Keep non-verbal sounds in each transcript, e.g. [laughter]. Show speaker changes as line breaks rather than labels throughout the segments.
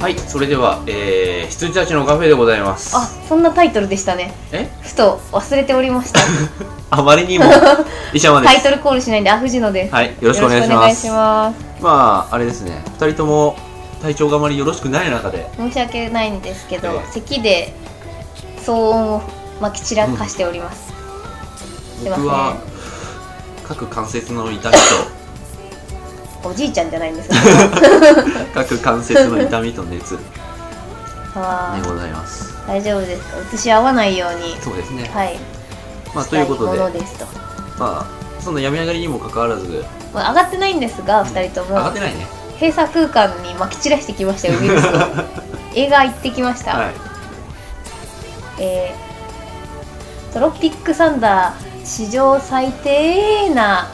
はい、それでは、えー、羊たちのカフェでございます。
あそんなタイトルでしたね
え
ふと忘れており
[laughs]
ました
あま
[laughs]
りにも、医者まで
タ
で
イ
す。
トルコールしないんであ藤野です、
はい、よろしくお願いします。
よろくお
ま
願いします
あ、あれですね、二人とも体調があまりよろしくない中で、
申し訳ないんですけど、
ええ
咳で騒音をまき散らかしております、すいません
僕は、各関節の痛みと、
おじいちゃんじゃないんです
[laughs]
けど
各関節の痛みと熱で
あー
ございます。
大丈夫ですか私合わないように
そうですね。
はい
まあ、ということ
した
で、
いもの
ま
ですと、
あ、その病み上がりにもかかわらず、
まあ、上がってないんですが2人と
上
も
がってないね。
閉鎖空間にまき散らしてきましたよウイ
[laughs]
ルスを映画行ってきました、
はい。
えートロピックサンダー史上最低な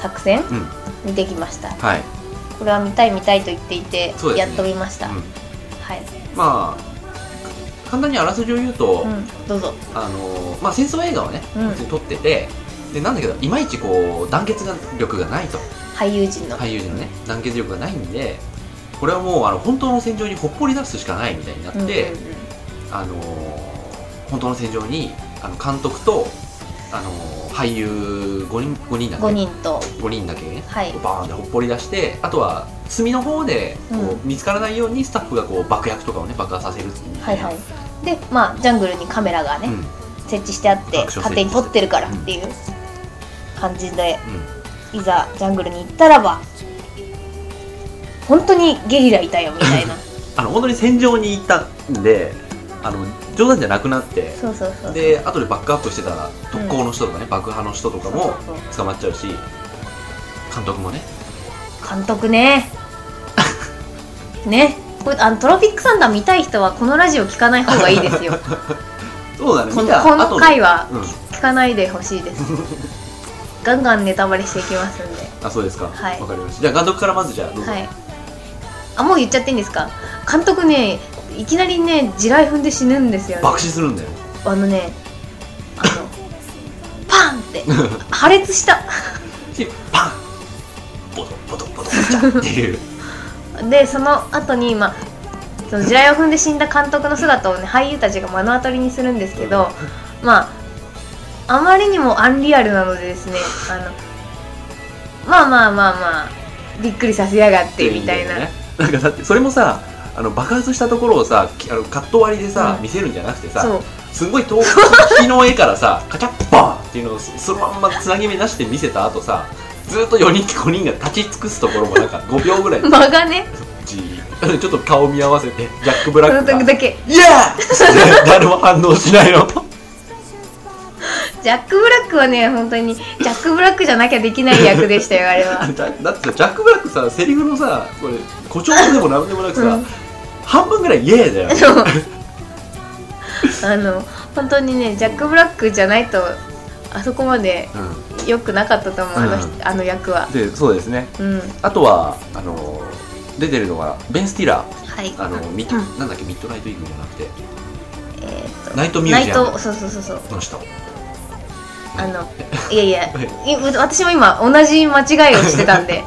作戦
うん。
見てきました
はい。
これは見たい見たいと言っていて、
そうです
やっ
ね
と見ました、
うん
はい、
まあ、簡単にあらすじを言うと、
うん、どうぞ
あのまあ、戦争映画をね、
うん
普通に撮っててでなんだけどいまいちこう団結力がないと
俳優陣の、
俳優陣のね団結力がないんでこれはもうあの本当の戦場にほっぽり出すしかないみたいになっ
うんうんうん
て、あの本当の戦場にあの監督と、あの俳優5人 ,5 人だけ
5人と
5人だけね
はい
バーンってほっぽり出してあとは隅の方でこう、
う
見つからないようにスタッフがこう爆薬とかをね爆破させるっていう
はいはいでまあジャングルにカメラがね、
うんうん
設置してあって
各所
勝手に
設
撮
置して
ってるからっていう感じでいざジャングルに行ったらば本当にゲリラいたよみた
[laughs]
いな
あの本当に戦場に行ったんであの冗談じゃなくなって
そうそうそう
で後でバックアップしてた特攻の人とかね、爆破の人とかも
そうそうそ
捕まっちゃうし監督もね
監督ねねこれあのトロピックサンダー見たい人はこのラジオ聞かない方がいいですよ
そうだね [laughs]
こ
見
の
た
この
後
回は
うん
聞かないでほしいですガンガンネタバレしていきますんで
あそうですかわ、
は
か
い
りましたじゃあ監督からまずじゃあどうぞ、
はいあもう言っちゃっていいんですか監督ねいきなりね地雷踏んで死ぬんですよね
爆死するんだよ
あのねあのパン
[laughs]
って破裂した
しパンボトボトボトじゃんっていう
でその後にまあその地雷を踏んで死んだ監督の姿をね俳優たちが目の当たりにするんですけど、まああまりにもアンリアルなのでですねあのまあまあまあまあびっくりさせやがってみたいな、
ねなんかだってそれもさあの爆発したところをさきあのカット割りでさ、
うん
見せるんじゃなくてさ
そう
すごい遠く木の絵からさカチャッバーンっていうのをそそのまんまつなぎ目出して見せた後さずーっと4人5人が立ち尽くすところもなんか5秒ぐらい
間がね
じーちょっと顔見合わせてジャック・ブ
そ
ラ
の
ックが
時だけ
「イエーイ!」って誰も反応しないの
ジャック・ブラックはね本当にジャック・ブラックじゃなきゃできない役でしたよあれは [laughs]
だだってさジャック・ブラックさセリフのさこれ誇張でも何でもなくさ、
うん
半分ぐらい「イエーイ!」だよね
そうあの本当にねジャック・ブラックじゃないとあそこまで
う
良くなかったと思う、あの人
う
あの役は
ん、でそうですね
うんは
あとはあのー出てるのがベン・スティラー
い
あのミッド
うん
なんだっけミッドナイト・イーグルじゃなくて
えーと
ナイトミュ
ナ
ー
イ
ジアム
トそうそうそうそう
の人
あのいやいやい私も今同じ間違いをしてた
[laughs]
んで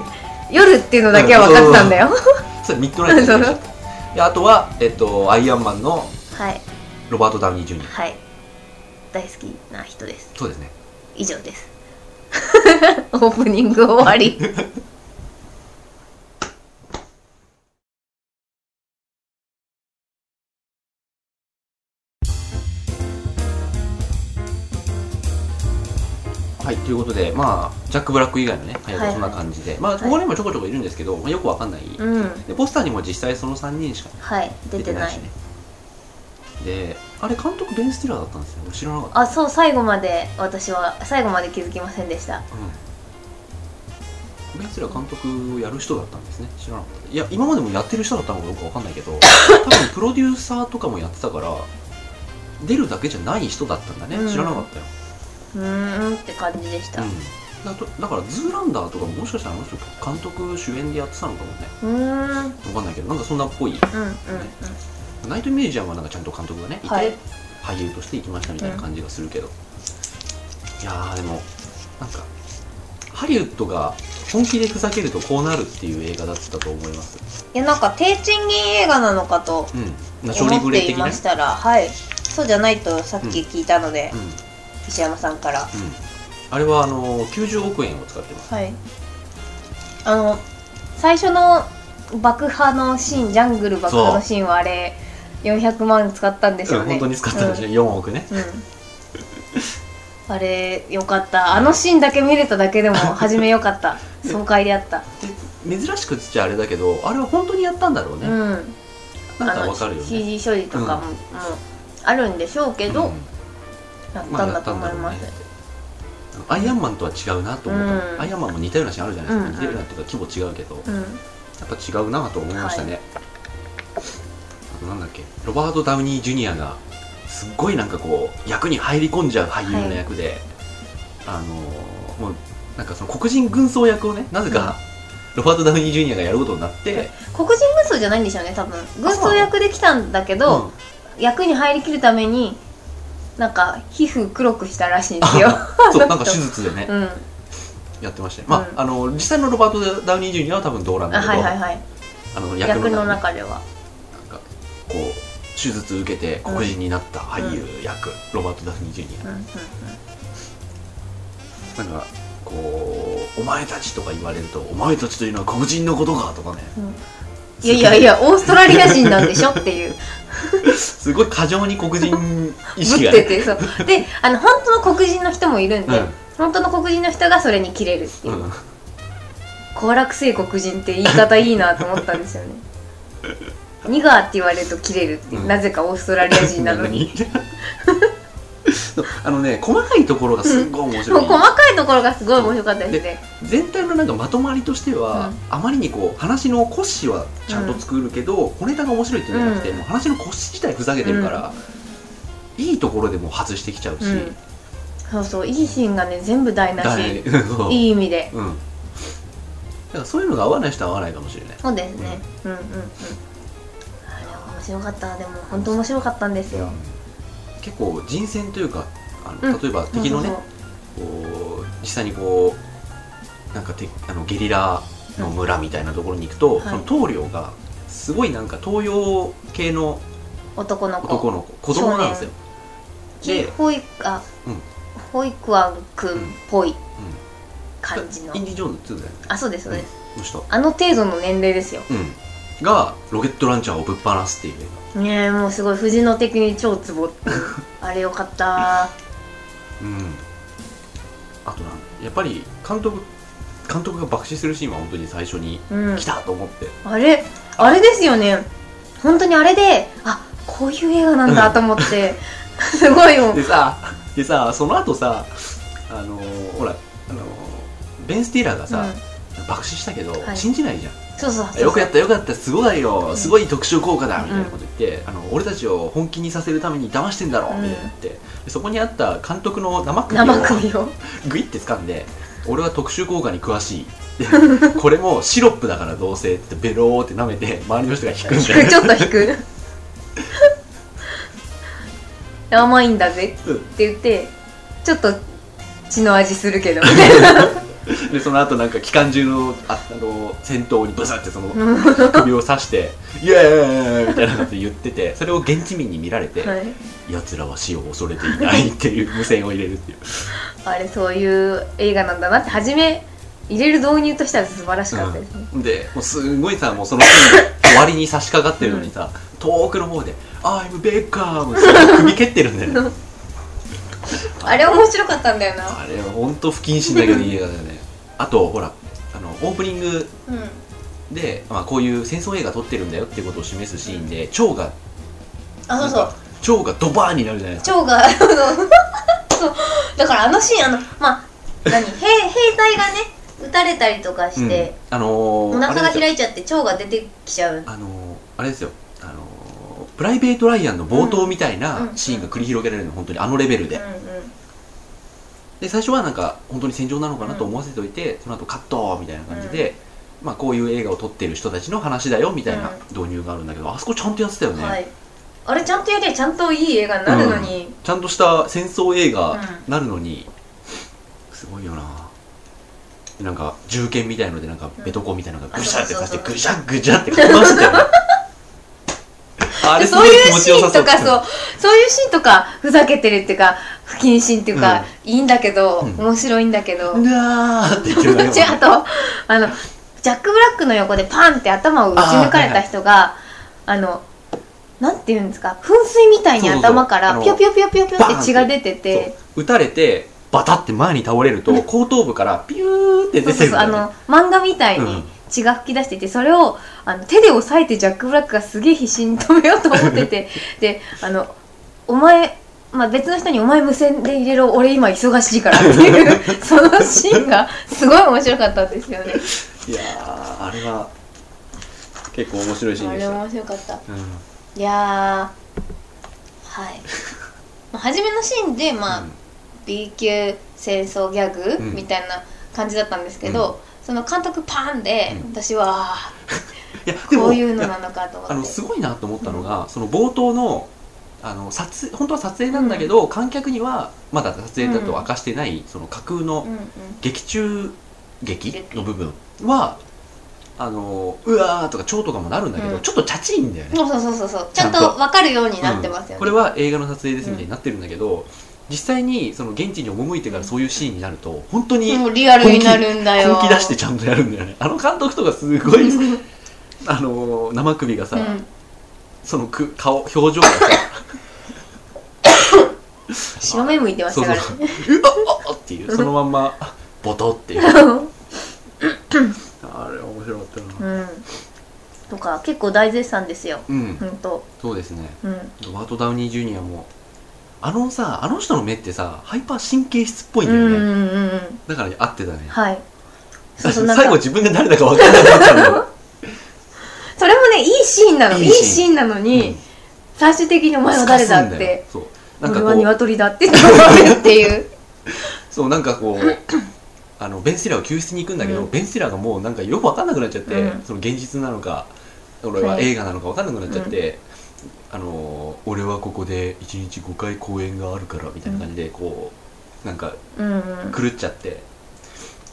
夜っていうのだけは分かってたんだよ
それミッドナイト
そう
でしょであとは、えっと、アイアンマンの
[laughs] はい
ロバート・ダウニー・ジュニア
はい大好きな人です
そうですね
以上です [laughs] オープニング終わり
はいということでまあジャック・ブラック以外のね俳優
はい
は
は
いそんな感じで、まあここにもちょこちょこいるんですけど、まあ、よくわかんない、
うん
でポスターにも実際その3人しか
はい出てない
しねであれ監督ベン・スティラーだったんですよ俺知らなかった
あそう最後まで私は最後まで気づきませんでした
うんベン・スティラー監督をやる人だったんですね知らなかったいや今までもやってる人だったのかどうかわかんないけ
[laughs]
ど多分プロデューサーとかもやってたから出るだけじゃない人だったんだね、
うん
知らなかったよ
うーんって感じでしたう
だとだからズーランダーとかももしかしたらあの人監督主演でやってたのかもね
ーんうんうん
分かんないけどなんかそんなっぽい
うん
ナイトミュージアムはなんかちゃんと監督がねいて、
はい
俳優として行きましたみたいな感じがするけど、いやーでもなんかハリウッドが本気でふざけるとこうなるっていう映画だったと思います
いやなんか低賃金映画なのかと
うんナチョリ
思
ブ
っ
レ
てい
的な
ま
ね
したら、はいそうじゃないとさっき聞いたので、
うんうん
石山さんから
あれはあの90億円を使ってます
はいあの最初の爆破のシーンジャングル爆破のシーンはあれ400万使ったんですよ
うん
ね、
本当に使ったんですね、4億ね
うん [laughs] あれよかったあのシーンだけ見れただけで
[laughs]
も初めよかった爽快であった、
で珍しくっちゃあれだけどあれは本当にやったんだろうね、
うん
なんか
の
わかるよね
CG 処理とかも,、もうあるんでしょうけど、
うん
やったんだと思います、
まあやったんだろうねアイアンマンとは違うなと思った、
うん
アイアンマンも似たようなシーンあるじゃないですか、
うんうん
似てるなっていうか規模違うけど
うん
やっぱ違うなと思いましたね、あとなんだっけロバート・ダウニー・ジュニアがすっごいなんかこう役に入り込んじゃう俳優の役で、あのーもうなんかその黒人軍曹役をねなぜかロバート・ダウニー・ジュニアがやることになって、
黒人軍曹じゃないんでしょうね多分軍曹役で来たんだけ
う
ど、
ん
役に入りきるためになんか皮膚黒くしたらしいんですよ
そうなんか手術でね、
うんあ
やってましたよまあ、
うん
あの実際のロバート・ダウニー・ジュニアは多分ドーランだけど
はいはいはい
あの
役
役の
の
中
中では
こう手術受けて黒人になった俳優役、ロバート・ダウニー・ジュニ
うんうん
アなんかこう「お前たち」とか言われると「お前たちというのは黒人のことか」とかね
うんいやいやいやオーストラリア人なんでしょっていう
すごい過剰に黒人意
ぶっ
識が
て
ね
てそうであの本当の黒人の人もいるんで、
うん
本当の黒人の人がそれに切れるっていううん行楽性黒人って言い方いいなと思ったんです
[laughs]
よねニガーって言われると切れるっていう、
うん
なぜかオーストラリア人なの
なの
に
にそうあのね細かいところがすっごい面
もう
白い、
細かいところがすごい面白かったですね
全体のなんかまとまりとしては、
うん
あまりにこう話の骨子はちゃんと作るけど、小ネタが面白いっていうんじゃなくて、
うん
もう話の骨子自体ふざけてるから、いいところでもう外してきちゃうし、
うんそうそういいシーンがね全部台無
だ
[laughs] し
ねそう
いい意味で
うん、だからそういうのが合わない人は合わないかもしれない
そうですねうんうんうんあれは面白かったでも本当面白かったんですよ、
結構人選というかあの、
うん
例えば敵のね
そう
こう実際にこうなんかてあのゲリラの村みたいなところに行くと、
はい
その棟梁がすごいなんか東洋系の
そう男の子
男の子子供なんですよ、
き
で
保育あ、
うん
保育庵くんっぽい感じの、
インディ・ジョーンズ2だよね
あそうですそうです、
の人
あの程度の年齢ですよ
うんがロケットランチャーをぶっ放すっていう映
ねえもうすごい藤野的に超ツボ
[laughs]
あれよかった
画うんあとなんやっぱり監督監督が爆死するシーンは本当に最初に
うん
来たと思って、
あれあれですよね本当にあれであこういう映画なんだと思って [laughs] すごいよ
でさでさその後さあのーほらあのーベン・スティーラーがさ、爆死したけど、
はい
信じないじゃん
そうそう
あ
そう
よくやったよくやったすごいよ、
うん
すごい特殊効果だみたいなこと言って、あの俺たちを本気にさせるために騙してんだろ
うん
みたいなって、でそこにあった監督の生首を
生首を
グイって掴んで俺は特殊効果に詳しいでこれもシロップだからどうせってベローって舐めて周りの人が引くんだよ
引くちょっと引く [laughs] 甘いんだぜって言ってちょっと血の味す
[laughs]
るけど
でその後なんか機関銃のああの戦闘にブサってその
うん
首を刺して「イエーイ!」みたいなこと言っててそれを現地民に見られて、
はい
奴らは死を恐れていないっていう無線を入れるっていう
あれそういう映画なんだなって初め入れる導入としては素晴らしかったですね、
でもうすごいさもうそのシーン終わりに差し掛かってるのにさ、遠くの方で「I'm Beckham」って首蹴ってるんだよね
あれ面白かったんだよな
あれは本当不謹慎だけどいい映画だよねあとほらあのオープニング
うん
で、まあ、こういう戦争映画撮ってるんだよっていうことを示すシーンで蝶が
あそうそう
蝶がドバーンになるじゃないですか
蝶が [laughs] あのそうだからあのシーンあのまあ何兵兵隊がね撃たれたりとかして、
うんあのー、
お腹が
あれですよ
開いちゃって蝶が出てきちゃう
あのーあれですよ、あのープライベート・ライアンの冒頭みたい
うん
な
うん
シーンが繰り広げられるの、本当にあのレベルで、
う
で最初はなんか、本当に戦場なのかなと思わせておいて、その後カットみたいな感じで、まあ、こういう映画を撮ってる人たちの話だよみたいな導入があるんだけど、あそこちゃんとやってたよ
んうん
ね、
はいあれちゃんとやりゃちゃんといい映画になるのに、
ちゃんとした戦争映画
う
なるのに、すごいよな、なんか銃剣みたいのでなんかベトコンみたいなのが
うん
ぐしゃって刺して
あそうそうそう
ぐしゃぐしゃってかまして
[laughs]
あれす
そ
ご
う
い
い
気
う
持ち
シ
よ
ー
さ
ン
そう
とかそうそういうシーンとかふざけてるっていうか不謹慎っていうか、いいんだけど、
うん
面白いんだけど、
うわーって言ってるだけ
[laughs] 違う
[laughs]
あとあのジャック・ブラックの横でパンって頭を打ち抜かれた人があ,、のなんていうんですか噴水みたいに頭から
そう
ピ
そう
ョ
そ
ピョピョピョピョ
バーン
っ
って
て血が出てて
そう撃たれてバタって前に倒れると後頭部からピューって
そう
出
そ
て
う
る
そうあの漫画みたいうに
ん
血が噴き出していてそれをあの手で押さえてジャック・ブラックがすげえ必死に止めようと思っ
[laughs]
ててであのお前まあ、別の人に「お前無線で入れろ俺今忙しいから」ってい
[laughs]
うそのシーンがすごい面白かったんですよね
いやーあれは結構面白いシーン
あ
でし
れ
た、
面白かった
うん
いやー
[laughs]
はいまあ初めのシーンで、まあ
うん
B 級戦争ギャグ
うん
みたいな感じだったんですけど、その監督パンで、
うん
私はあ
いや
ー
でも
こういうの
い
な
や
のかと
あ
思
の
って
すごいなと思ったのが、その冒頭のあの撮影本当は撮影なんだけど、観客にはまだ撮影だと明かしてない、その架空の
うんうん
劇中劇の部分はあのうわーとか超とかもなるんだけど、
うん
ちょっとチャチいんだよね、
そうそうそうそうそうちゃん
ちゃ
と
んと
分かるようになってますよね、
これは映画の撮影ですみたいになってるんだけど、実際にその現地に赴いてからそういうシーンになると本当に
もうリアルになるんだよ
本気出してちゃんとやるんだよねあの監督とかすごいあのー生首がさ、
うん
そのく顔表情がさ
[laughs] 白目向いてまし
そう
た
そ
か
う
ら
そう
ね
う [laughs] わっあっっていう
[laughs]
そのまんまボトっていうあれ面白かった
う
な
んとか結構大絶賛ですよ
うん、
本当
そうですね
うん
ロバート・ダウニー・ジュニアもあのさあの人の目ってさハイパー神経質っぽいん
う
だ
ん
よね、
うんうんうん
だから合ってたね
はいそうそうなんか
最後自分が誰だか分かんなくなっちゃうの
それもねいいシーンなのい
い
い
いシーン
シーンなの [laughs] に、
うん
最終的にお前は誰だ
す
っ
かすんよ
て
そうなんか
俺
こ
は
う
鶏だって思われるっていう
そうなんか
[coughs]
こうあのベン・ステラーを救出に行くんだけど、
うん
ベン・ステラーがもうなんかよく分かんなくなっちゃって、
うん
その現実なのか俺は映画なのか分かんなくなっちゃって、あのー俺はここで1日5回公演があるからみたいな感じでこ [laughs] うなんか
うんうん
狂っちゃって、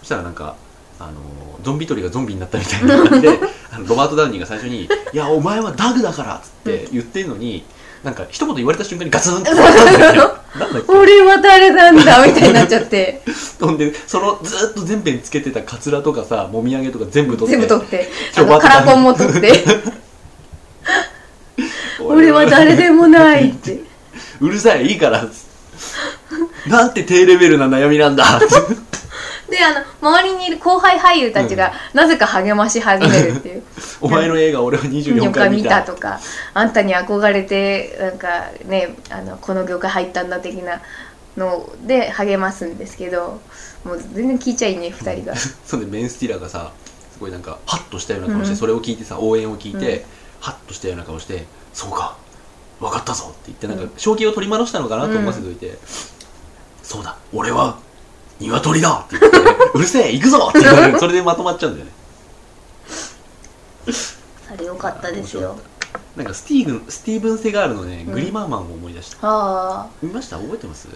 そしたらなんかあのーゾンビ鳥がゾンビになったみたいな感じ
[laughs]
であのロバート・ダウニーが最初に「いやお前はダグだから」っつって言ってんのに、なんか一言言われた瞬間にガツン
[laughs]
ってなったんだよねなんだっけ
俺は誰なんだみたいになっちゃって
ほんでそのずーっと全編つけてたカツラとかさもみあげとか全部取って
全部取って
ち
あ
ょ
のカラコンも取って
[laughs]
俺は誰でもないって
[laughs] うるさいいいからなんて低レベルな悩みなんだ
[laughs]
って
であの周りにいる後輩俳優たちが、なぜか励まし始めるっていう
お前の映画俺は
業
24
界
回
見
見
た
た
とかあんたに憧れてなんかねあのこの業界入ったんだ的なので励ますんですけどもう全然聞いちゃいね2人が
そんでベン・スティラーがさすごいなんかハッとしたような顔して、
うん
それを聞いてさ応援を聞いて、
う
ハッとしたような顔してそうか分かったぞって言ってなんか正気を取り戻したのかなと思わせておいて、そうだ俺は鶏だって言ってうるせえ行くぞって言われてそれでまとまっちゃうんだよね
あれ良かったです
面
よ
白かったなんかスティーブンスティーブン・セガールのね、
うん
グリマーマンを思い出した
あ
見ました覚えてます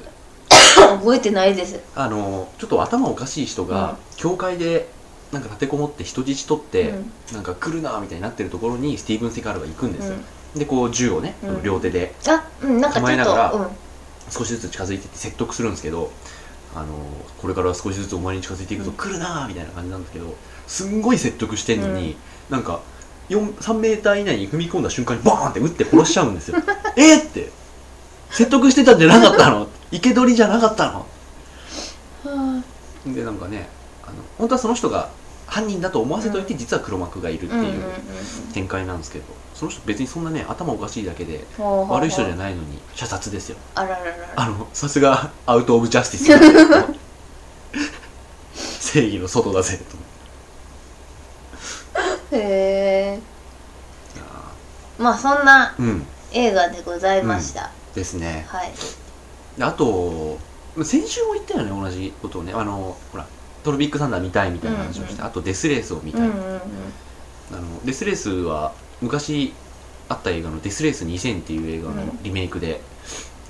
あ覚えてないです
あのちょっと頭おかしい人が、
うん
教会でなんか立てこもって人質取って、
うん
なんか来るなみたいになってるところにスティーブン・セガールが行くんですよ、
うん
でこう銃をね
うん
両手で
あうんなんかち
構え
ょっ
ながら
とうん
少しずつ近づいてって説得するんですけどあのこれから少しずつお前に近づいていくと
うん
来るなみたいな感じなんですけどすんごい説得してんの
う
に、なんか3メーター以内に踏み込んだ瞬間にボーンって撃って殺しちゃうんですよ [laughs] えっって説得してたんじゃなかったの生け捕りじゃなかったの
は
でなんかねあの本当はその人が犯人だと思わせといて、
う
実は黒幕がいるって
あうんうんう
い
ん
う展開なんですけど、その人別にそんなね頭おかしいだけで
ほうほうほう
悪い人じゃないのに射殺ですよ
あらららら
あのさすがアウト・オブ・ジャスティ
[laughs]
ス正義の外だぜと
へえ
あ
まあそんな
ーうん
映画でございました、
ですね
はい
であと先週も言ったよね同じことをねあのほらトロビック・サンダー見たいみたいな話をして、
うんう
あとデスレースを見
う
た
ん
い、
う
あ
んうん
のデスレースは昔あった映画の「デスレース2000」っていう映画のリメイクで、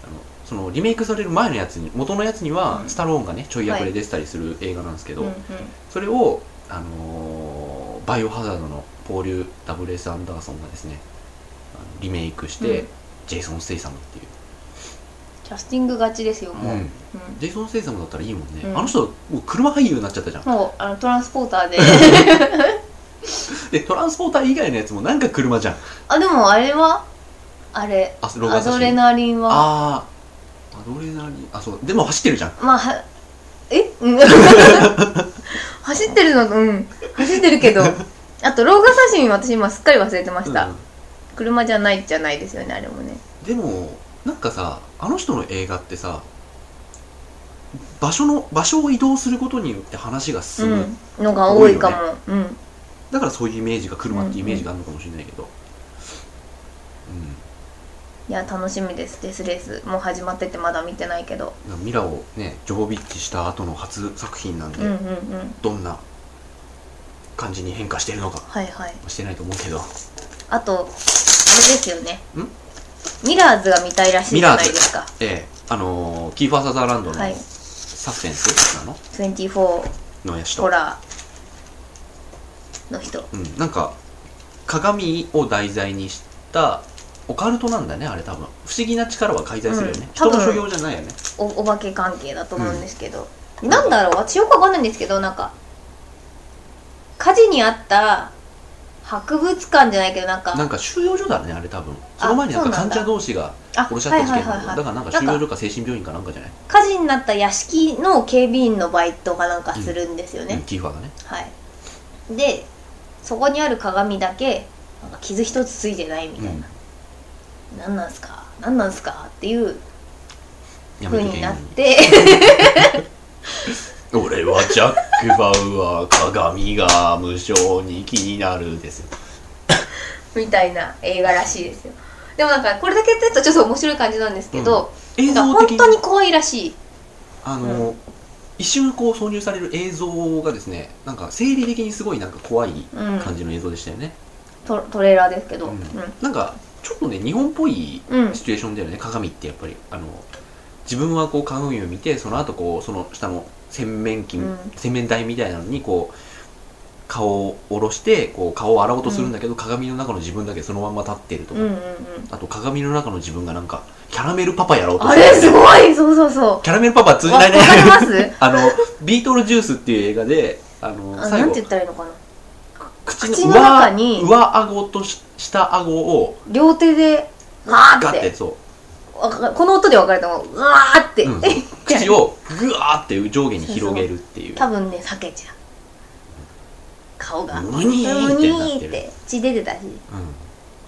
あのそのリメイクされる前のやつに元のやつには
うん
スタローンがねちょい役で出てたりする映画なんですけど、
うんうん
それを、あのーバイオハザードのポーリュ・ダブルエス・アンダーソンがですねあのリメイクして、
うん
ジェイソン・ステイサムっていう、
キャスティング勝ちですよもう、うん
ジェイソン・ステイサムだったらいいもんね、
うん
あの人もう車俳優になっちゃったじゃん
もうあのトランスポー
[laughs]
ターで
でトランスポーター以外のやつもなんか車じゃん
あでもあれはあれ
あロ
ア
サ
ドレナリンは
ああアドレナリンあそうでも走ってるじゃん
まあはえうん
[laughs]
走ってるのうん走ってるけどあと老化写真私今すっかり忘れてました、
うん
車じゃないじゃないですよねあれもね
でもなんかさあの人の映画ってさ場所の場所を移動することによって話が進む、
うん、のが多いかも、うん
だからそういうイメージが車ってイメージがあるのかもしれないけど
いや楽しみですデスレースもう始まっててまだ見てないけど、
うん、ミラをねジョボビッチした後の初作品なんで、
うんうんうん
どんな感じに変化してるのか
はいはい
してないと思うけど
あとあれですよねミラーズが見たいらしいじゃないですか
ええあのーキーファー・サザーランドの
はい
サスペンスなの、
24
のやつと
ホラーの人
うん、なんか鏡を題材にしたオカルトなんだねあれ多分不思議な力は介在するよね、
うん
人の
多分
所業じゃないよね
おお化け関係だと思うんですけど、なんだろう私よくわかんないんですけどなんか火事にあった博物館じゃないけどなんか
なんか収容所だねあれ多分
あ
その前になんか
そうな
患
んだ
者同士が
あ
殺し合った事件
はいはい
が
はい
ある
はい
だからなんか
なん
収
か
容所か精神病院かなんかじゃない、
火事になった屋敷の警備員のバイトかなんかするんですよね、
うんキーファーがね
はいでそこにある鏡だけなんか傷一つついてないみたいな、
うん
なんなんすかなんなんすかっていう
やめと
風
け
に
いいの
なっ
に
て
俺はジャック・バウアー鏡が無性に気になるですよ
みたいな映画らしいですよでもなんかこれだけだとちょっと面白い感じなんですけど、
映
なん
像
か
的
本当に怖いらしい
あの、一瞬こう挿入される映像がですねなんか生理的にすごいなんか怖い
うん
感じの映像でしたよね、
トトレーラーですけど、
う
うんん
なんかちょっとね日本っぽい
うん
シチュエーションだよね鏡ってやっぱりあの自分はこう鏡を見てその後こうその下の洗面器、
うん
洗面台みたいなのにこう顔を下ろしてこう顔を洗おうとするんだけど、鏡の中の自分だけそのまま立ってると
う
か、
んうんうん
あと鏡の中の自分がなんかキャラメルパパやろうと
あ
してる
れすごいそうそうそ
キャラメルパパ
う
通じ
わ
ないね
わかります
[laughs] あのビートルジュースっていう映画であの
あ
最
なん
後
て言ったらいいのかな
口
口の中に
上上顎とし下顎を
両手でわー
ガ
っ
ッて
て
そう
わかこの音で分かると思ううわーって、
うん口をグワーって上下に広げるっていう
[laughs] 多分ね避けちゃう顔が
むにーってなってる
むにー血出てたし
うん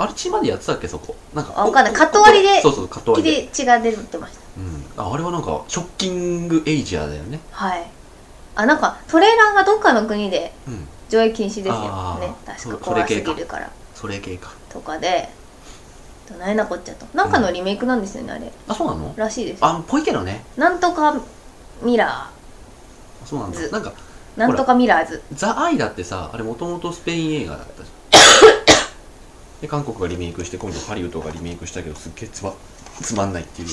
あれ血までやってたっけそこなんか
あ
こ
わかんない
こ
カット割りで
そうそうカット
血
割りで、
で血が出てました
うん、ああれはなんかショッキングエイジアだよね
はいあなんかトレーラーがどっかの国で
うん
上映禁止ですよ
あー
ね確
そ
か
それ
怖
系
すぎ
か
るから
それ系か
とかでどないなこっちゃとなんかのリメイクなんですよねあれ
あそうなの
らしいですよ
あっぽいけどね
なんとかミラ
そうなんだ
ず
なんか
ーなんとかミラーズ
ザ・アイだってさあれもともとスペイン映画だったじゃんで韓国がリメイクして今度ハリウッドがリメイクしたけどすっげえつまつまんないっていう、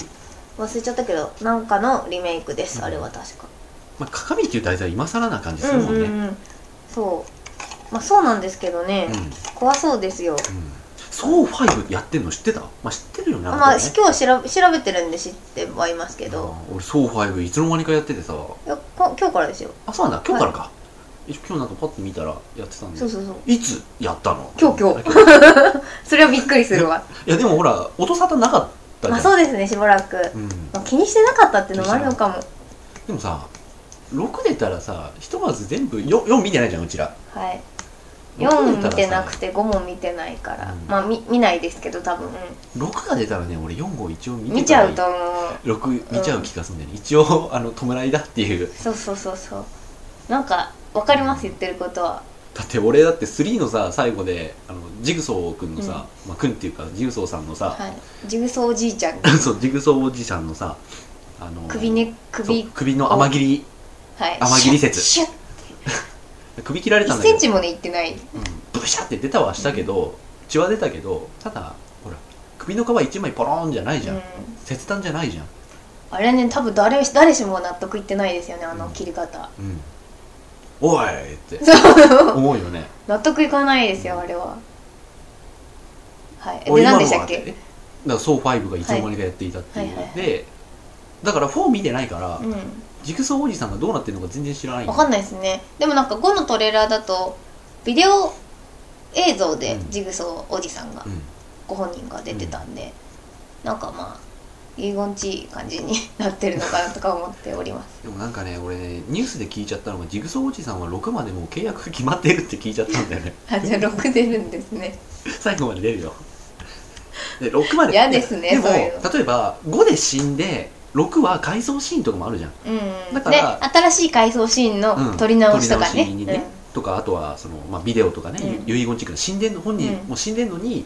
忘れちゃったけどなんかのリメイクですあれは確か
まあ、鏡っていう題材は今更な感じする
うん
も
うん
ね、
んうんそうまあそうなんですけどね
うん
怖そうですよ
うんソーファイブやってんの知ってたまあ知ってるよね。
まあ
の人ね
今日調べ調べてるんで知ってはいますけど、
あー俺ソーファイブいつの間にかやっててさ。
いやこ今日からですよ
あ、そうなんだ。今日からか。一応今日なんかパッと見たらやってたんで。
そうそうそう
いつやったの
今日今日それはびっくりするわ
[laughs] いやでもほら、音沙汰なかったじ
ま
ゃ
あ
ん。
そうですねしばらく、
うん。
まあ、気にしてなかったっていうのもあるのかも
でもさ、6出たらさ、ひとまず全部 4, 4見てないじゃん、うちら。
はい
六出
4見
たらさ
てなくて5も見てないから、
うん
まあ見見ないですけど多分、
6が出たらね、俺4号一応見
う
て
ん、
から
見ちゃうと思う
6見ちゃう気がするんだよね。一応、あの、弔いだっていう。
そうそうそうそうなんかわかります言ってることは
だって俺だって3のさ、最後で、あの、ジグソーくんのさ、まあくんっていうか、ジグソーさんのさ、
はいジグソーおじいちゃ
[laughs]
ん
そうジグソーおじさんのさあの
首ね
首
首
首の甘切り
はい
甘切り説
シュッ
首切られ
1
たんだけ
セ
ど
ンチもねいってない
うん、ブシャって出たはしたけど、血は出たけどただほら首の皮一枚ポローンじゃないじゃん、
うん
切断じゃないじゃん
あれね多分誰誰しも納得いってないですよねあの切り方
うんおいって
そう
思うよね
[laughs] 納得いかないですよあれははいえ
お
で
今のは
何でしたっ
っ
け
てだからソー5がいつの間にかやっていたっていう、
はいはいはい
でだから4見てないから、
うん
ジグソーおじさんがどうなってるのか全然知らない
わかん
ない
ないですねでもなんか5のトレーラーだとビデオ映像で
うん
ジグソーおじさんが、
うん
ご本人が出てたんで、なんかまあ遺言ちいい感じになってるのかなとか思ってお
[laughs]
ります
でもなんかね俺ねニュースで聞いちゃったのがジグソーおじさんは6までもう契約決まってるって聞いちゃったんだよ
[laughs]
ね
あじゃあ6出るんですね
最後まで出るよで6まで
嫌ですね
いやでも
そういうの
例えば5で死んで6は回想シーンとかもあるじゃん
うん
だ
うん
か
で
ら
新しい回想シーン
う
の
ん
撮り直しとかね,、
撮り直しにねとかあとはその、まあ、ビデオとかね、
うん
ゆ遺言チックの死んでんの本人、
うん
もう死んでんのに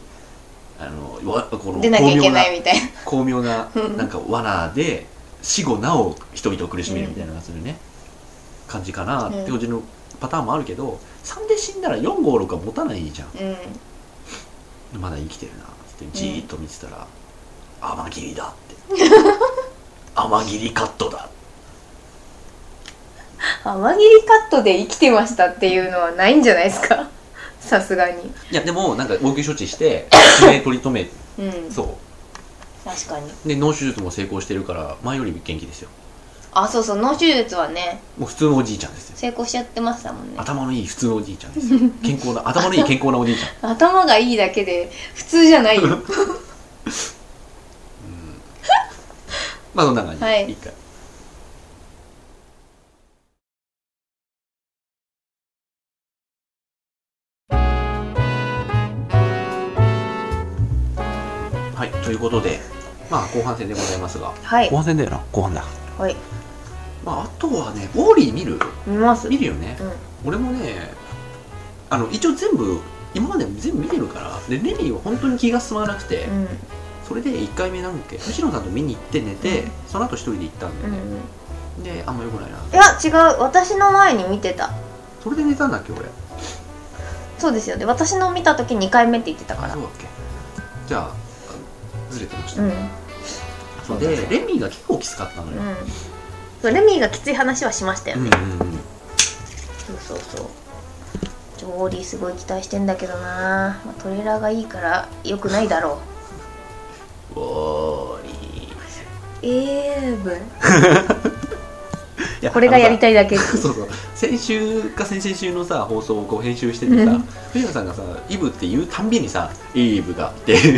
あのわこ
うん
の
出なきゃいけないいみたいな
巧妙な
うん
なんか罠で死後なお人々を苦しめるみたいなのがするね、感じかな
うん
って感じのパターンもあるけど3で死んだら456は持たないじゃん
うん
まだ生きてるなってじーっと見てたら「天霧だ」って [laughs] 「天霧カットだ
天霧カットで生きてましたっていうのはないんじゃないですかさすがに」
いやでもなんか応急処置して致命取り留め
うん
そう
確かに
で脳手術も成功してるから前より元気ですよ
あそうそう脳手術はね
もう普通のおじいちゃんですよ
成功しちゃってましたもんね
頭のいい普通のおじいちゃんですよ健康な頭のいい健康なおじいちゃん
頭がいいだけで普通じゃな
[laughs]
いよ
まあそんな感じ、
はい
一回はいということでまあ後半戦でございますが
はい
後半戦だよな後半だ
はい
まああとはねウォーリー見る
見ますう
見
ん
るよね俺もねあの一応全部今まで全部見てるからでレミーは本当に気が進まなくて、
うん
それで1回目なんだっけ藤野さんと見に行って寝て、
うん
その後一人で行ったんだ
う
よ
ん
ね、であんまよくないない
や違う私の前に見てた
それで寝たんだっけ俺
そうですよね私の見た時2回目って言ってたか
あ
ら
そうだっけじゃああずれてました、
うんうん
そうでレミーが結構きつかったのよ、
そうレミーがきつい話はしましたよ
うん、う
ね
ん、うん
そうそうそうジョーリーすごい期待してんだけどな、まあ、トレーラーがいいからよくないだろう
ウォーリー
[laughs] ええぶ
いや
これがやりたいだけ
あのさ [laughs] そうそう先週か先々週のさ放送をこう編集してて
う
さ
ん
藤野さんがさ「イブ」って言うたんびにさ「イブが」って
[laughs]
ず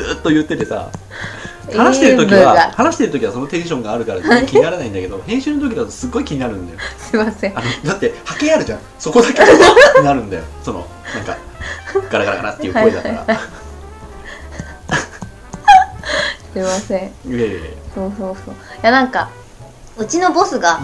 ーっと言っててさ話してる時
イブ
は
が
話してる時はそのテンションがあるから全然気にならないんだけど [laughs] 編集の時だとすっごい気になるんだよ
すいません
あのだって波形あるじゃんそこだけでさなるんだよそのなんかガラガラガラっていう声だから、
はい
い
すいません
やいやいや
そうそうそういやなんかうちのボスが、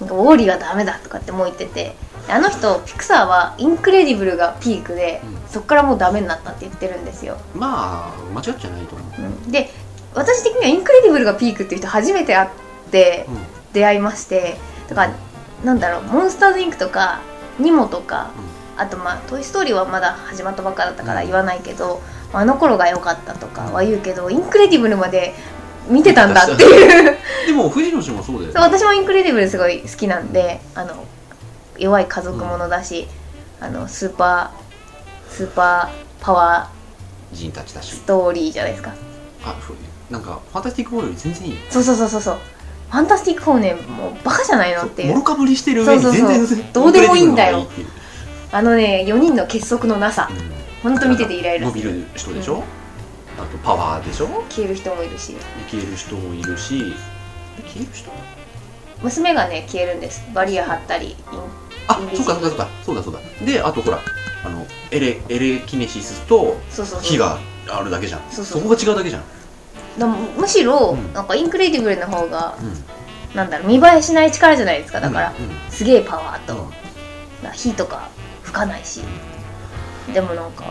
なんかウォーリーはダメだとかってもう言っててであの人ピクサーはインクレディブルがピークで、
う
そっからもうダメになったって言ってるんですよ、
うん、まあ間違っちゃないと思う、
で私的にはインクレディブルがピークっていう人初めて会って
うん
出会いましてだからなんだろう「モンスターズインク」とか「ニモ」とかあとまあ「トイ・ストーリー」はまだ始まったばっかだったから言わないけど、あの頃が良かったとかは言うけどインクレディブルまで見てたんだって [laughs] いう
うんでも藤野氏もそうだよね
そう私もインクレディブルすごい好きなんであの弱い家族ものだし、あのスーパースーパーパワ
人たちだ
ー
し
ストーリーじゃないですか
あそうなんかファンタスティックフォーより全然いいよ
そうそうそうそうそうファンタスティックフォーねもうバカじゃないの
そ
って
う
い
もろ
う
かぶりしてる上に
そうそうそう
全然
どうでもいいんだよ
遅れてるのがいい
あのね4人の結束のなさ
っていう
ほんと見ててイライラ
伸
す
び
る
る人でしょ、あとパワーでしょ
消える人もいるし
消える人もいるし消える人
娘がね消えるんですバリア張ったりイン
あ
インビ
そ
ジ
うか
ブ
そうかそうかそうだそうだであとほらあのエレエレキネシスと
そうそうそう
火があるだけじゃん
そうそう
こが違うだけじゃん、
だからむし
う
ろ、
ん
なんかインクレディブルの方が
うん、
なんだろう見栄えしない力じゃないですかだから、
うんうん
すげえパワーと、
うん
な火とか吹かないしでもなんか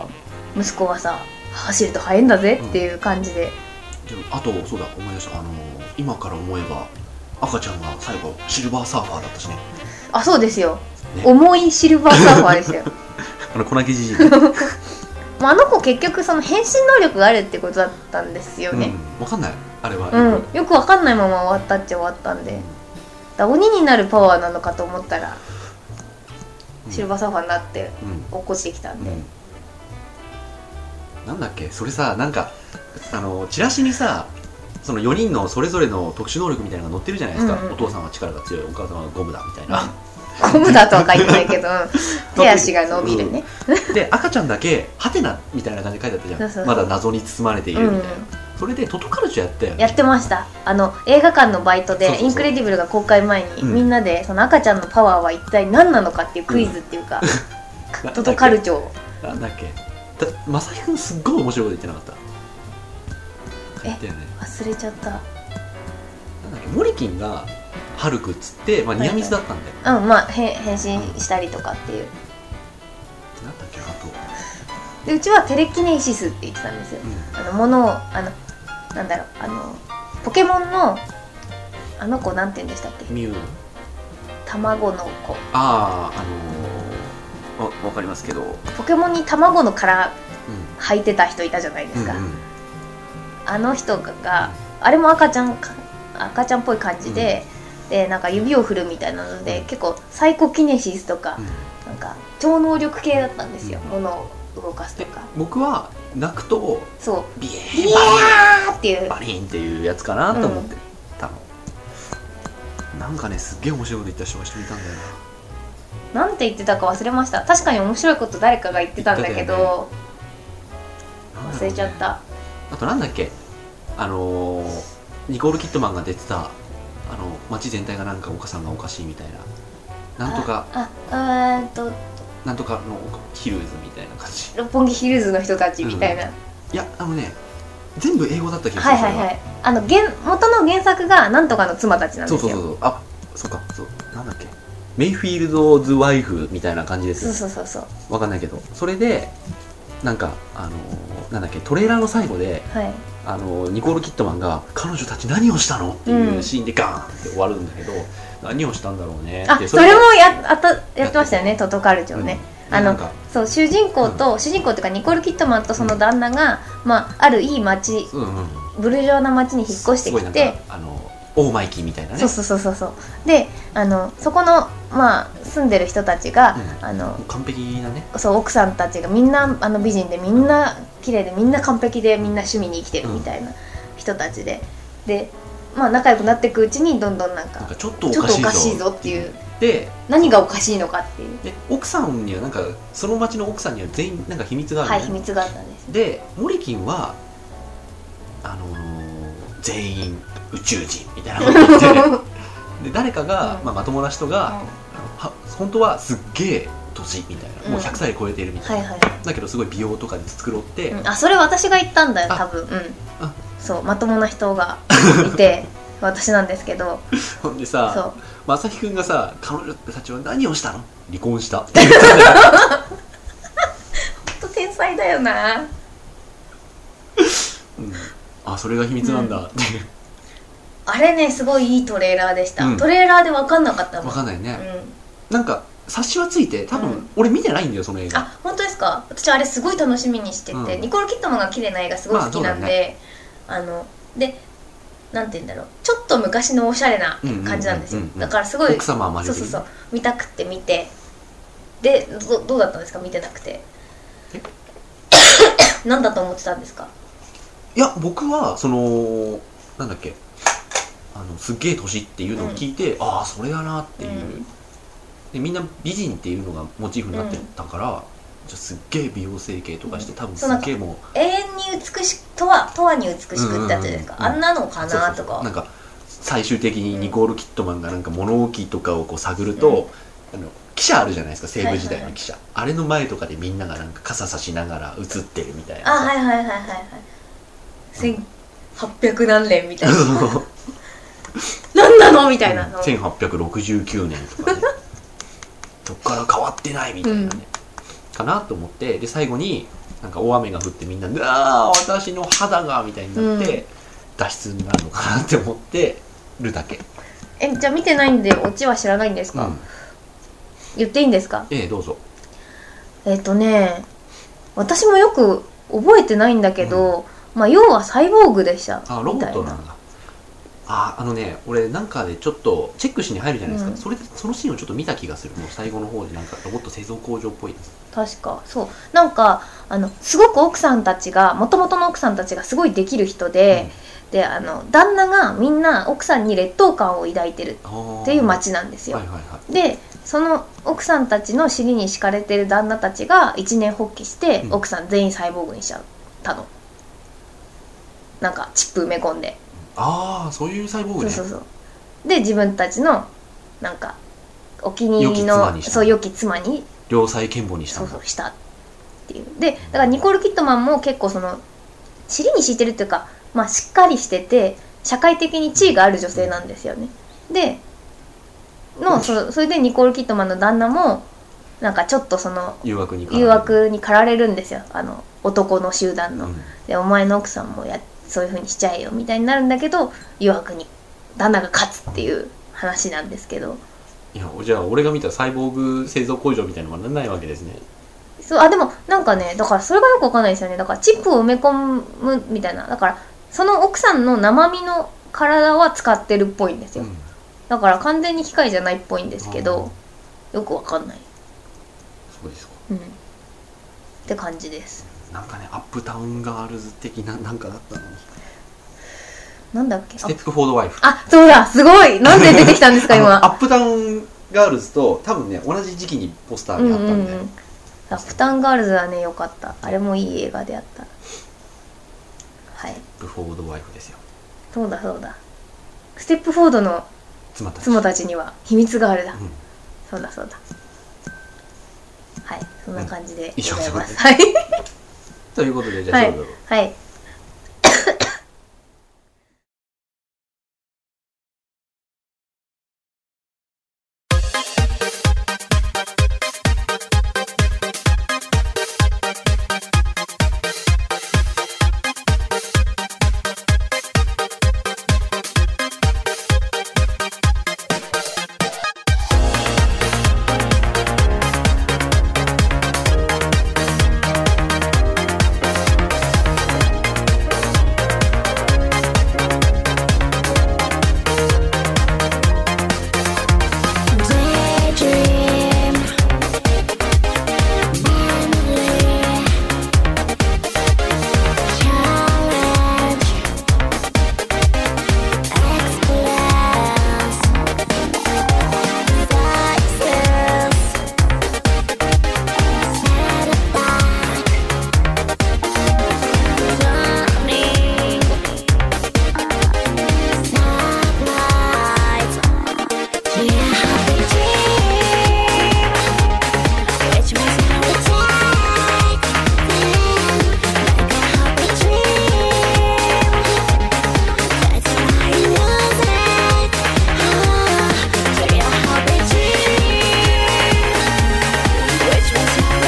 息子はさ走ると速いんだぜっていう感じで、
でもあとそうだ思い出したあのー今から思えば赤ちゃんが最後シルバーサーファーだったしね
あそうですよ、
ね
重いシルバーサーファーです [laughs] よ
あの粉木
[laughs]
じじいね、
まああの子結局その変身能力があるってことだったんですよ
うん
ね、
わかんないあれは、
うん、よくわかんないまま終わったっちゃ終わったんでだから鬼になるパワーなのかと思ったら
うん
シルバーサーファーになって
うん
落っこちてきたんで、
うん、なんだっけそれさなんかあのチラシにさその4人のそれぞれの特殊能力みたいなのが載ってるじゃないですか、
うんうん
お父さんは力が強いお母さんはゴムだみたいな、
ゴムだとは書いてないけど [laughs] うん手足が伸びるね、
で赤ちゃんだけハテナみたいな感じで書いてあったじゃん
そうそうそう
まだ謎に包まれているみたいな、それでトトカルチャーやったよね
やってましたあの映画館のバイトで
そうそうそう
インクレディブル」が公開前に、
うん
みんなでその赤ちゃんのパワーは一体何なのかっていうクイズっていうか、
な
トトカルチョを
なんだっけだまさひくんすっごい面白いこと言ってなかった
え
言ったよね
忘れちゃった
なんだっけモリキンがハルクっつって、まあ、ニアミスだったんだよ、
うんまあへ変身したりとかっていう
なんだっけあ
でうちはテレキネシスって言ってたんですよ
と、
あの物をあのなんだろうあのポケモンのあの子なんて言うんでしたっけ
うん、ミュウ
卵の子
あああのー、わわかりますけど、うん、
ポケモンに卵の殻履いてた人いたじゃないですか、
うんうん
あの人があれも赤ちゃんか赤ちゃんっぽい感じで、でなんか指を振るみたいなので結構サイコキネシスとか、なんか超能力系だったんですよ、
うん
物を動かすとか
僕は泣くと
そう
ビエー
「いやー!」っていう
バリーンっていうやつかなと思ってたの、なんかねすっげえ面白いこと言った人が一人いたんだよな
なんて言ってたか忘れました確かに面白いこと誰かが言ってたんだけ
言ってた
ど
なんだろ
忘
うね
れちゃった
あとなんだっけあのー、ニコール・キットマンが出てたあの街全体がなんかお母さんがおかしいみたいななんとか
ああえーっと
なんとかのヒルズみたいな感じ
六本木ヒルズの人たちみたいな、
いやあのね全部英語だった気がす
はい
る
はい
それ
はいあの原元の原作がなんとかの妻たちなん
そ
で
う
す
そう
よ
そうそうあそうかそうなんだっけメイフィールド・ズ・ワイフみたいな感じです
そうそうそうそう
わかんないけどそれでなんかあのーなんだっけトレーラーの最後で
はい
あのニコール・キットマンが「彼女たち何をしたの?」っていうシーンでガーンって終わるんだけど、何をしたんだろうねって
あそれ
を
もやあたやってましたよねトトカルチョね、
うん
あ
な
の
んか
そう主人公と、主人公っていうかニコール・キットマンとその旦那が、まあ、あるいい町
うんうん
ブルジョワな町に引っ越して
すごい
き
なん
て
かあのオーマイキーみたいなね
そうそうそうそうそうであのそこの、まあ、住んでる人たちが、
うん
あの
もう完璧なね
そう奥さんたちがみんなあの美人でみんな綺麗でみんな完璧でみんな趣味に生きてるみたいな人たちででまあ仲良くなっていくうちにどんどんなん
なん
か
かちょっとお
ちょっ
か
とお
しいぞ
かしいぞっていう
で
何がおかしいのかっていう
で奥さんにはなんかその町の奥さんには全員なんか秘密がある、ね
はい秘密があったんです
でモリキンはあのー全員宇宙人みたいなこと言ってで誰かが、
うん
まあ、まともな人が、は本当はすっげえ年みたいな、もう100歳超えてるみた
はいい
な、
はい、
だけどすごい美容とかで繕って、
うんあそれ私が言ったんだよ
あ
多分うん
あ
そうまともな
[laughs]
人がいて私なんですけど
ほんで
そ
さ
う
正輝くんがさ「彼女たちは何をしたの離
[laughs]
婚した」って言ってたんだよ
ほんと天才だよな
うんあそれが秘密なんだって、
あれねすごいいいトレーラーでした、
うん
トレーラーで分かんなかったも
わ
ん
かんないね、
うん
なんか冊子はついて多分、
うん
俺見てないんだよその映画
あ本当ですか私あれすごい楽しみにしてて、
うん
ニコール・キットマンが綺麗な映画すごい好きなん
まあそうだ
で、あのでなんて言うんだろうちょっと昔のおしゃれな感じなんですよ
うんうんうんうんうん
だからすごい
奥様は魔
そ
女
うそう
的
そう見たくて見てでどどうだったんですか見てなくて
え
[coughs] なんだと思ってたんですか
いや僕はそのなんだっけあのすっげえ年っていうのを聞いて、ああそれだなっていう、
うん
でみんな美人っていうのがモチーフになってたから、じゃあすっげえ美容整形とかして、多分すっげえも
永遠に美しくとはとはに美しくってやつですか、
うんうんうん
あんなのか
う
な
そ
と
うそう
か
なんか最終的にニコール・キットマンがなんか物置とかをこう探ると、あの記者あるじゃないですか西部時代の記者、あれの前とかでみんながなんか傘差しながら映ってるみたいな
あ
さ [laughs]
はいはいはいはいはい1800何年みたいな何なのみたいなの、
1869年と
[laughs]
かねそっから変わってないみたいなね、
うん
かなと思ってで最後になんか大雨が降ってみんな「ああ私の肌が」みたいになって、
うん
脱出になるのかなって思ってるだけ、
えじゃあ見てないんでオチは知らないんです
う
か、
ん
言っていいんですか
ええどうぞ
えっ、とね私もよく覚えてないんだけど、まあ、要はサイボーグでした
あロボットなんだああのね俺なんかでちょっとチェックしに入るじゃないですか、
うん
それでそのシーンをちょっと見た気がするもう最後の方でなんかロボット製造工場っぽいです
確かそうなんかあのすごく奥さんたちがもともとの奥さんたちがすごいできる人で、であの旦那がみんな奥さんに劣等感を抱いてる
っ
っていう街なんですよ
はい、はいは
でその奥さんたちの尻に敷かれてる旦那たちが一年発起して、
うん
奥さん全員サイボーグにしちゃったのなんかチップ埋め込んで
いああそういうサイボーグ
そう
ね
そうそうで自分たちのなんかお気に入り
良き妻
の
にした
そう良き妻に
両妻賢母にした
そ
ん
う
だ
そうしたっていうでだからニコール・キットマンも結構その尻に敷いてるっていうか、まあ、しっかりしてて社会的に地位がある女性なんですよねでのそそれでニコール・キットマンの旦那もなんかちょっとその
誘惑に
誘惑に駆られるんですよあの男の集団の、
の
でお前の奥さんもやそういう風にしちゃえよみたいになるんだけど誘惑に旦那が勝つっていう話なんですけど
いやじゃあ俺が見たサイボーグ製造工場みたいなのはならないわけですね
そうあでもなんかねだからそれがよくわかんないですよねだからチップを埋め込むみたいなだからその奥さんの生身の体は使ってるっぽいんですよ、
うん
だから完全に機械じゃないっぽいんですけどよくわかんない、
そうですか
うん、って感じです
なんかねアップタウンガールズ的ななんかだったのに
なんだっけ
ステップフォードワイフ
ああそうだすごいなんで出てきたん
[laughs]
ですか
あの
今
アップダウンガールズと多分ね同じ時期にポスター
うん
にあ
う
ったん
ん
で、
うんラプタンガールズはね良かったあれもいい映画であったは
ス
い
テップフォードワイフですよ
そうだそうだステップフォードの
妻たち
妻たちには秘密があるだ
うん
そうだそうだはいそんな感じで
以
ご
上
ざいます
で
はい
ということでじゃあ、
はい
そろそろ
はい
Yeah, happy dreams. Which makes me attack like a happy dream. That's why I love it. Ah, a happy dream. Which makes me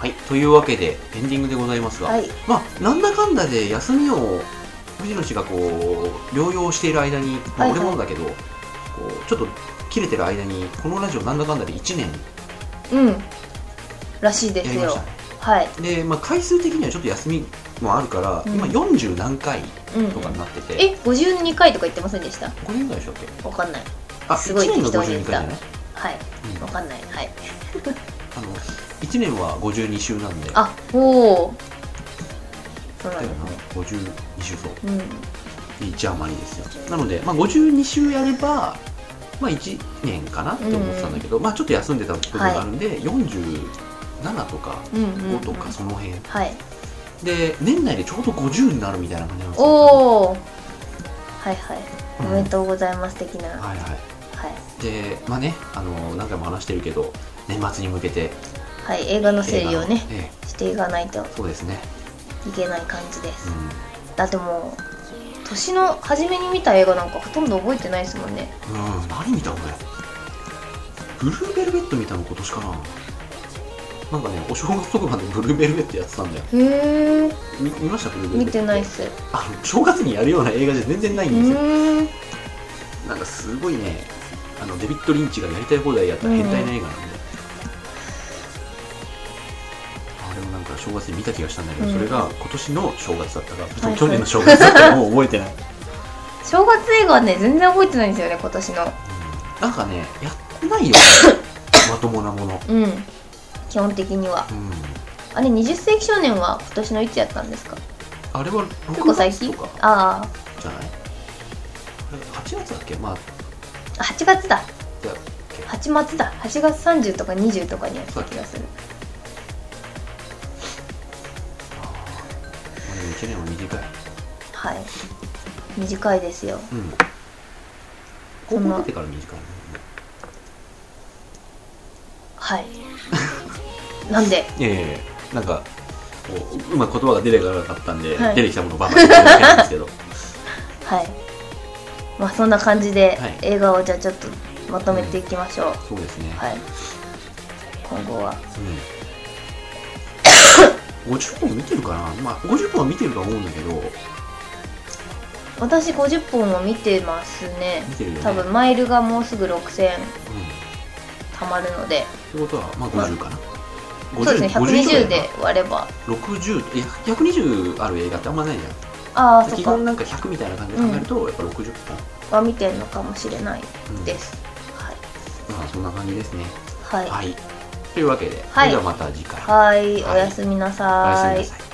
attack like a
はいというわけでエンディングでございますが、
はい
まあなんだかんだで休みを藤野氏がこう療養している間に、まあ、
はいはい
俺もだけど、こうちょっと切れてる間にこのラジオなんだかんだで1年
うんらしいで
や
す
りま
よ
したね
はい
で、まあ、回数的にはちょっと休みもあるから、
うん
今40何回
うん
とかになってて、
え52回とか言ってませんでした
これぐらいでしたっけ
わかんない
あ
すごい
1年が
適当に言
52回
っ
じ
た
ゃない、
はい
うん
わかんないはい
あの1年は52週なんで
あおおそうな
だ
ん
よ
で
な
すね
52週そう
うん
一あまりですよなので、まあ、52週やれば、まあ、1年かなって思ってたんだけど、まあ、ちょっと休んでた部分があるんで、47とか
うんうんうん
5とかその辺、
はい
で年内でちょうど50になるみたいな感じなんですよ
おおはいはいお
うん
めでとうございます的な、は
はいはいいでまあねあの何回も話してるけど年末に向けて
はい映画の整理をね
え
していかないと
えそうですね、
いけない感じです、
う
だってもう年の初めに見た映画なんかほとんど覚えてないですもんね
ん、うん、何見た俺ブルーベルベット見たの今年かななんかねお正月特番でブルーベルベットやってたんだよ
へえ
見見ましたブルーベルベッ
見
ト
てないっすう
あの正月にやるような映画じゃ全然ないんですよ、
ーん
なんかすごいねあのデビッド・リンチがやりたい放題やった変態な映画なんで、か正月に見た気がしたんだけど、
うん
それが今年の正月だったか、
いはい
去年の正月だったかもう覚えてない、うん
正月映画はね全然覚えてないんですよね今年の
なんかねやってないよまともなもの
うん基本的には
うん
あれ20世紀少年は今年のいつやったんですか
あれは
結構
6
最
月
近
とか
あ
じゃないあれ8月だっけまあ
あ8月だ
だっけ
8月だ8月30とか20とかにやってた気がする
まあでも1年は短い
はい短いですよ
うん
そ
高校
の
出てから短いね
はい
[laughs]
なんで
いやいやいやなんかこううまく言葉が出てこなかったんで、
はい
出てきたものをバンバン言ってるんですけ
[laughs]
ど
はいまあそんな感じで、
はい
映画をじゃあちょっとまとめていきましょう、
そうですね、
はい今後は
うん、50本見てるかな、まあ、50本は見てるとは思うんだけど、
私50本も見てますね
見てるよね
多分マイルがもうすぐ6000
うん、
貯まるので
ってことは、まあ、50かな、
そうですね120で割れば
60え120ある映画ってあんまないじゃ
ああ
ん
そっ
基
か
本なんか100みたいな感じで考えると、やっぱ60
は見てんのかもしれない
本、うん
です、はい
まあそんな感じですね
はい
はい、というわけで、
はい
ではまた次回
はい、
はい
おやすみな
おや
さ
すみ
ー
ないさい